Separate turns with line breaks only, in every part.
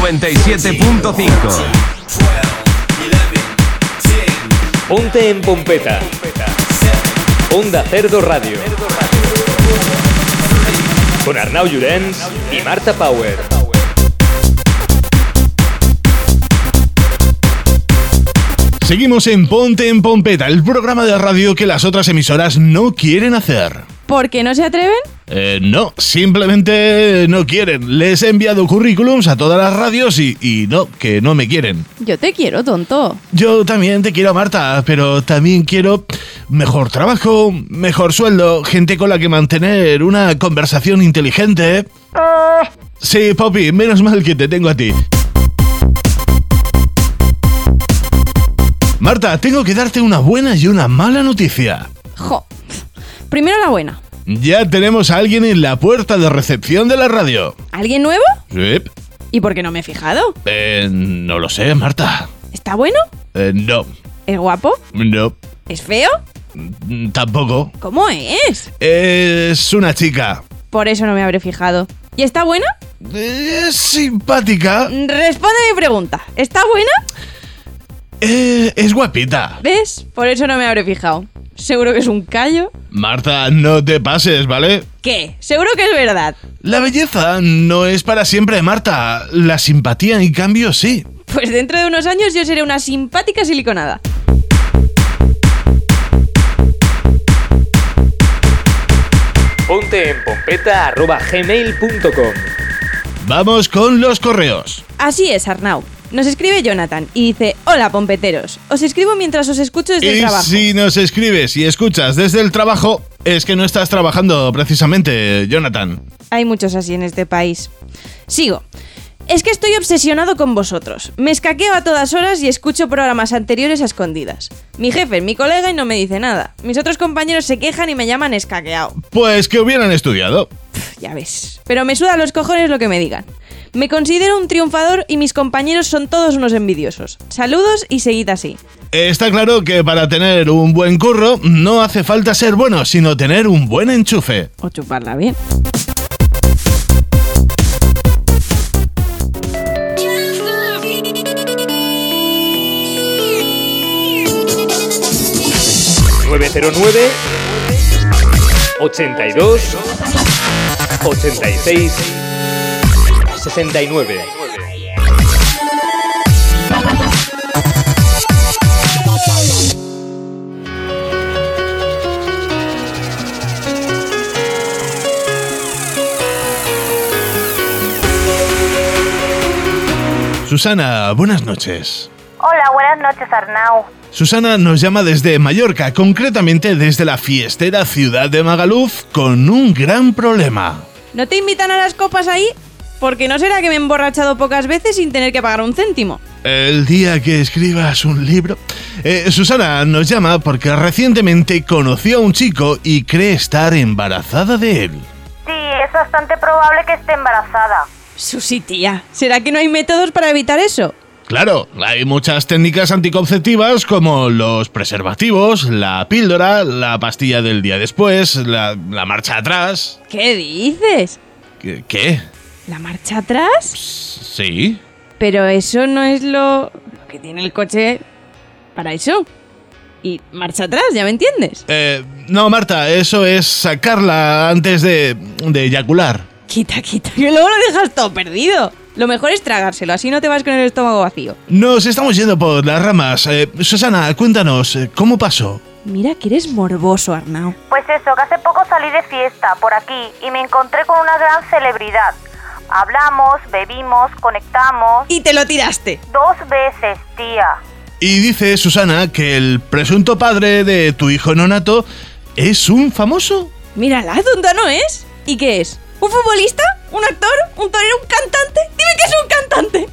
97.5
Ponte en Pompeta. Onda Cerdo Radio. Con Arnau Llorens y Marta Power.
Seguimos en Ponte en Pompeta, el programa de radio que las otras emisoras no quieren hacer.
¿Por qué no se atreven?
Eh, no, simplemente no quieren. Les he enviado currículums a todas las radios y, y no, que no me quieren.
Yo te quiero, tonto.
Yo también te quiero, Marta, pero también quiero mejor trabajo, mejor sueldo, gente con la que mantener una conversación inteligente. Sí, Poppy, menos mal que te tengo a ti. Marta, tengo que darte una buena y una mala noticia.
Jo. Primero la buena.
Ya tenemos a alguien en la puerta de recepción de la radio.
¿Alguien nuevo?
Sí.
¿Y por qué no me he fijado?
Eh, no lo sé, Marta.
¿Está bueno?
Eh, no,
¿Es guapo?
no,
¿Es feo?
mm, tampoco.
¿Cómo es?
Es una chica.
Por eso no me habré fijado. ¿Y está buena?
Eh, Es simpática.
Responde mi pregunta. ¿Está buena?
Eh, es guapita.
¿Ves? Por eso no me habré fijado. Seguro que es un callo.
Marta, no te pases, ¿vale?
¿Qué? Seguro que es verdad.
La belleza no es para siempre, Marta. La simpatía, en cambio, sí.
Pues dentro de unos años yo seré una simpática siliconada.
Ponte en pompeta arroba gmail.com.
Vamos con los correos.
Así es, Arnau. Nos escribe Jonathan y dice, hola, pompeteros. Os escribo mientras os escucho desde el
y
trabajo.
si nos escribes y escuchas desde el trabajo, es que no estás trabajando precisamente, Jonathan.
Hay muchos así en este país. Sigo. Es que estoy obsesionado con vosotros. Me escaqueo a todas horas y escucho programas anteriores a escondidas. Mi jefe es mi colega y no me dice nada. Mis otros compañeros se quejan y me llaman escaqueado.
Pues que hubieran estudiado.
Pf, Ya ves. Pero me suda los cojones lo que me digan. Me considero un triunfador y mis compañeros son todos unos envidiosos. Saludos y seguid así.
Está claro que para tener un buen curro no hace falta ser bueno, sino tener un buen enchufe.
O chuparla bien.
nueve 82 86 69
Susana, buenas noches.
Hola, buenas noches, Arnau.
Susana nos llama desde Mallorca, concretamente desde la fiestera ciudad de Magaluf, con un gran problema.
¿No te invitan a las copas ahí? Porque no será que me he emborrachado pocas veces sin tener que pagar un céntimo.
El día que escribas un libro... Eh, Susana nos llama porque recientemente conoció a un chico y cree estar embarazada de él.
Sí, es bastante probable que esté embarazada.
Susi, tía, ¿será que no hay métodos para evitar eso?
Claro, hay muchas técnicas anticonceptivas como los preservativos, la píldora, la pastilla del día después, la, la marcha atrás.
¿Qué dices?
¿Qué- ¿Qué?
¿La marcha atrás?
Sí.
Pero eso no es lo, lo que tiene el coche para eso. Y marcha atrás, ¿ya me entiendes?
Eh, no, Marta, eso es sacarla antes de, de eyacular.
Quita, quita, que luego lo dejas todo perdido. Lo mejor es tragárselo, así no te vas con el estómago vacío.
Nos estamos yendo por las ramas. Eh, Susana, cuéntanos, eh, ¿cómo pasó?
Mira que eres morboso, Arnau.
Pues eso, que hace poco salí de fiesta por aquí y me encontré con una gran celebridad. Hablamos, bebimos, conectamos.
Y te lo tiraste.
Dos veces, tía.
Y dice Susana que el presunto padre de tu hijo nonato es un famoso.
Mírala, tonta no es. ¿Y qué es? ¿Un futbolista? ¿Un actor? ¿Un torero? ¿Un cantante? Dime que es un cantante.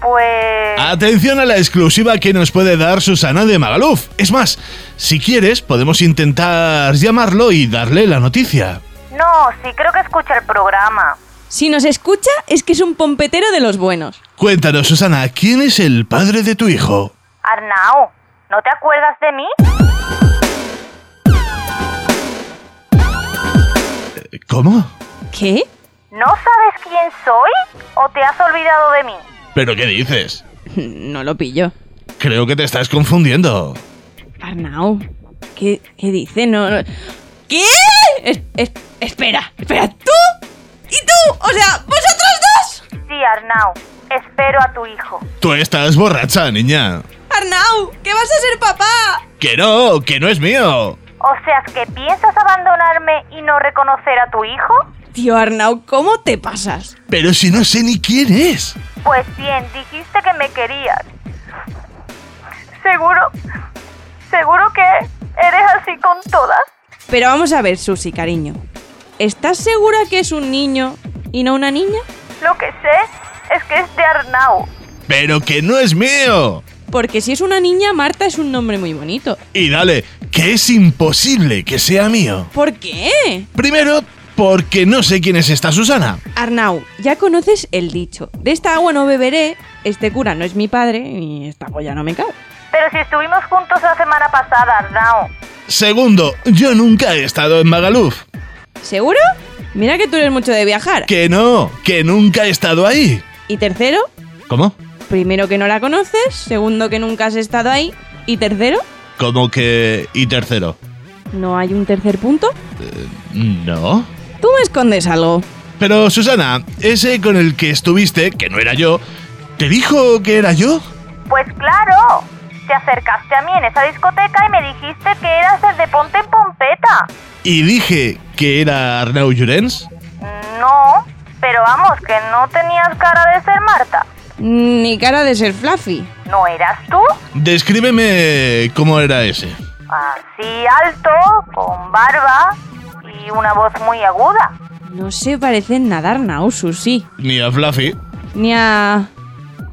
Pues...
Ah. Atención a la exclusiva que nos puede dar Susana de Magaluf. Es más, si quieres, podemos intentar llamarlo y darle la noticia.
No, sí, creo que escucha el programa.
Si nos escucha, es que es un pompetero de los buenos.
Cuéntanos, Susana, ¿quién es el padre de tu hijo?
Arnau, ¿no te acuerdas de mí?
¿Cómo? Eh,
¿Qué?
¿No sabes quién soy? ¿O te has olvidado de mí?
¿Pero qué dices?
No lo pillo.
Creo que te estás confundiendo.
Arnau, ¿qué, qué dice? No, no- ¿Qué? Es- es- espera, espera, tú y tú, o sea, vosotros dos.
Sí, Arnau, espero a tu hijo.
Tú estás borracha, niña.
Arnau, que vas a ser papá.
Que no, que no es mío.
O sea, ¿que piensas abandonarme y no reconocer a tu hijo?
Tío Arnau, ¿cómo te pasas?
Pero si no sé ni quién es.
Pues bien, dijiste que me querías. Seguro, seguro que eres así con todas.
Pero vamos a ver, Susi, cariño. ¿Estás segura que es un niño y no una niña?
Lo que sé es que es de Arnau.
Pero que no es mío.
Porque si es una niña, Marta es un nombre muy bonito.
Y dale, que es imposible que sea mío.
¿Por qué?
Primero, porque no sé quién es esta Susana.
Arnau, ya conoces el dicho. De esta agua no beberé, este cura no es mi padre y esta polla no me cabe.
Pero si estuvimos juntos la semana pasada, Arnau.
Segundo, yo nunca he estado en Magaluf.
¿Seguro? Mira que tú eres mucho de viajar.
Que no, que nunca he estado ahí.
Y tercero,
¿Cómo?
primero que no la conoces, segundo que nunca has estado ahí y tercero,
Como que... Y tercero.
no hay un tercer punto.
No.
Tú me escondes algo.
Pero Susana, ese con el que estuviste, que no era yo, ¿te dijo que era yo?
Pues claro, te acercaste a mí en esa discoteca y me dijiste que eras el de Ponte en Pompeta.
Y dije que era Arnau Llorens.
No, pero vamos, que no tenías cara de ser Marta.
Ni cara de ser Fluffy.
¿No eras tú?
Descríbeme cómo era ese.
Así alto, con barba y una voz muy aguda.
No se parecen nada a Arnau, Susi.
Ni a Fluffy.
Ni a...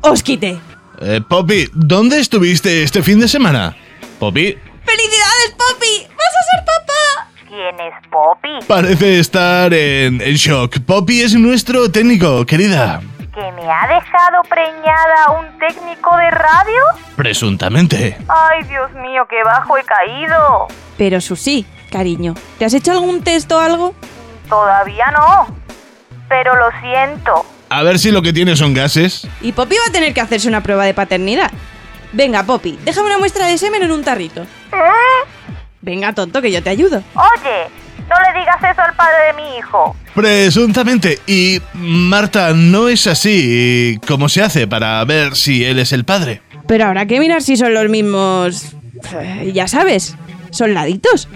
¡Osquite!
Eh, Poppy, ¿dónde estuviste este fin de semana? Poppy,
¡Felicidades, Poppy! ¡Vas a ser papá!
¿Quién es Poppy?
parece estar en, en shock. Poppy es nuestro técnico, querida.
¿Que me ha dejado preñada un técnico de radio?
Presuntamente.
Ay, Dios mío, qué bajo he caído.
Pero Susi, cariño, ¿te has hecho algún test o algo?
Todavía no. Pero lo siento.
A ver si lo que tiene son gases.
Y Poppy va a tener que hacerse una prueba de paternidad. Venga, Poppy, déjame una muestra de semen en un tarrito. Venga, tonto, que yo te ayudo.
Oye, no le digas eso al padre de mi hijo.
Presuntamente. Y Marta, no es así como se hace para ver si él es el padre.
Pero habrá que mirar si son los mismos... eh, Ya sabes, son laditos.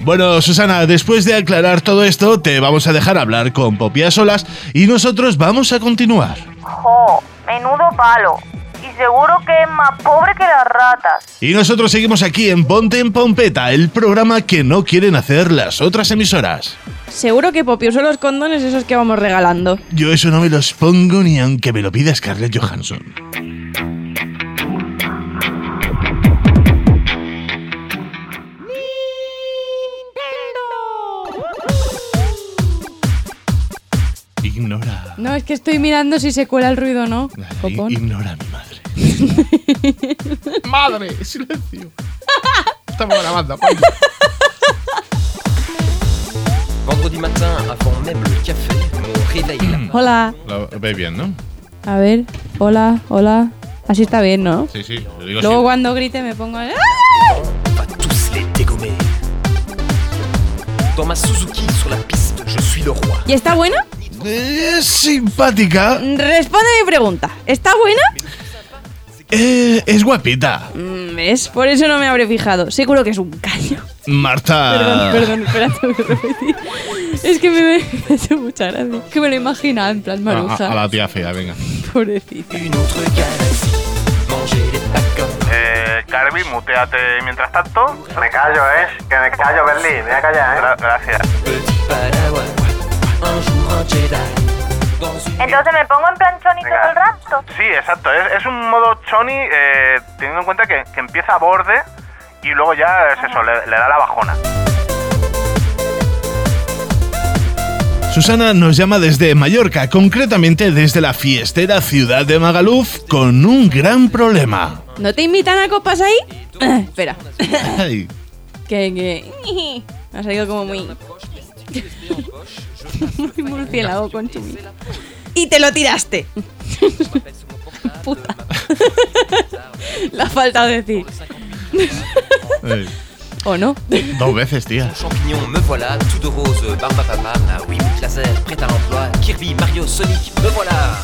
Bueno, Susana, después de aclarar todo esto, te vamos a dejar hablar con Poppy a solas y nosotros vamos a continuar.
Jo, menudo palo. Y seguro que es más pobre que las ratas.
Y nosotros seguimos aquí en Ponte en Pompeta, el programa que no quieren hacer las otras emisoras.
Seguro que Poppy usó los condones esos que vamos regalando.
Yo eso no me los pongo ni aunque me lo pida Scarlett Johansson. Ignora.
No, es que estoy mirando si se cuela el ruido o no.
I- Ignora a mi madre.
Madre, silencio. Estamos grabando.
pues.
coño.
Vendredi matin, avant même le café, mon réveil là.
Hola.
Lo lo veis bien, ¿no?
A ver. Hola, hola. Así está bien, ¿no?
Sí, sí. Lo digo
Luego
así.
cuando grite me pongo... ¡Ah!
On va tous les dégommer. Dans ma Suzuki sur la piste, je suis le roi.
¿Y está buena?
Es simpática.
Responde mi pregunta. ¿Está buena?
eh, es guapita.
Mm, ¿Ves? Por eso no me habré fijado. Seguro que es un caño.
Ah.
Marta.
Perdón, perdón, espera, tengo que repetir. Es que me, me hace mucha gracia. Que me lo imaginaba en plan
A,
maruja.
a- a la tía fea, venga.
Pobrecita.
Une autre galaxie, manger les pacans.
Eh, Carvi, muteate mientras tanto. Me callo, ¿eh? Que me callo, Berlín. Me voy a callar, ¿eh? gracias.
Petit padawan, un jour un Jedi. Dans une
Entonces me pongo en plan chonito
Venga.
todo el rato.
Sí, exacto. Es, es un modo choni eh, teniendo en cuenta que, que empieza a borde y luego ya es eso, le, le da la bajona.
Susana nos llama desde Mallorca, concretamente desde la fiestera ciudad de Magaluf, con un gran problema.
¿No te invitan a copas ahí? espera.
Ay,
que, que... Me ha salido como muy... Muy murciélago con tu vida. Y te lo tiraste. Puta. Lo ha faltado decir.
Eh,
¿O no?
dos veces, tía.
Champignon, me voilà, tout de rose, barba papana, oui, laser, prêt à l'emploi, Kirby, Mario, Sonic, me voilà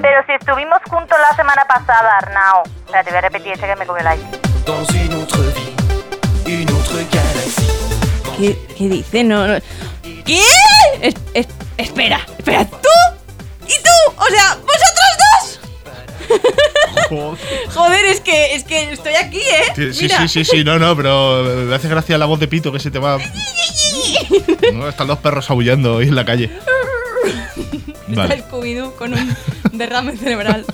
Pero si estuvimos juntos la semana pasada, Arnao. Espera, te voy a repetir este que me comió el aire.
Dans une autre vie, une autre galaxie. Dans
¿Qué, qué dice? No, no. ¿Qué? Es- es- espera, espera, tú y tú. O sea, vosotros dos. Joder, es que, es que estoy aquí, ¿eh?
Sí, sí,
Mira.
sí, sí, sí, no, no, pero me hace gracia la voz de Pito que se te va. No, están los perros aullando hoy en la calle. Vale.
Está Scooby-Doo con un derrame cerebral.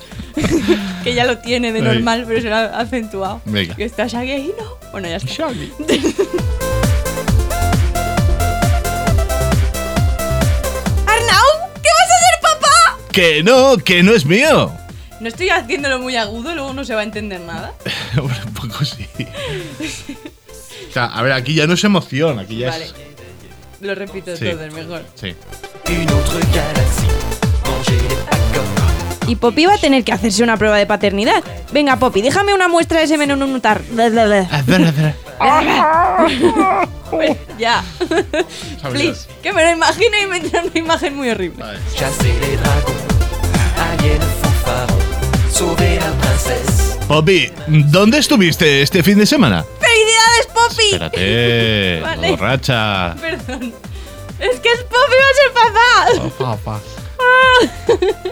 que ya lo tiene de
Ay.
normal, pero será acentuado.
Venga.
Que está Shaggy ahí, no. Bueno, ya está. ¡Arnau! ¿Qué vas a ser papá?
¡Que no! ¡Que no es mío!
No estoy haciéndolo muy agudo, luego no se va a entender nada.
Bueno, un poco sí. O sea, a ver, aquí ya no es emoción, aquí ya
Vale.
es.
Lo repito
Sí.
todo, es mejor.
Sí.
une autre galaxie, quand j'ai les packs
Y Poppy va a tener que hacerse una prueba de paternidad. Venga, Poppy, déjame una muestra de semen en un tar.
A ver, a ver.
ya.
Sabes,
Please. Que me lo imagino y me entra una imagen muy horrible.
Ah, Vale.
Chasser les dragons, allier le fanfaron, sauver la princesse.
Poppy, ¿dónde estuviste este fin de semana?
¡Felicidades, Poppy!
Espérate,
Vale.
borracha.
Perdón. Es que es Poppy va a ser papá.
papá.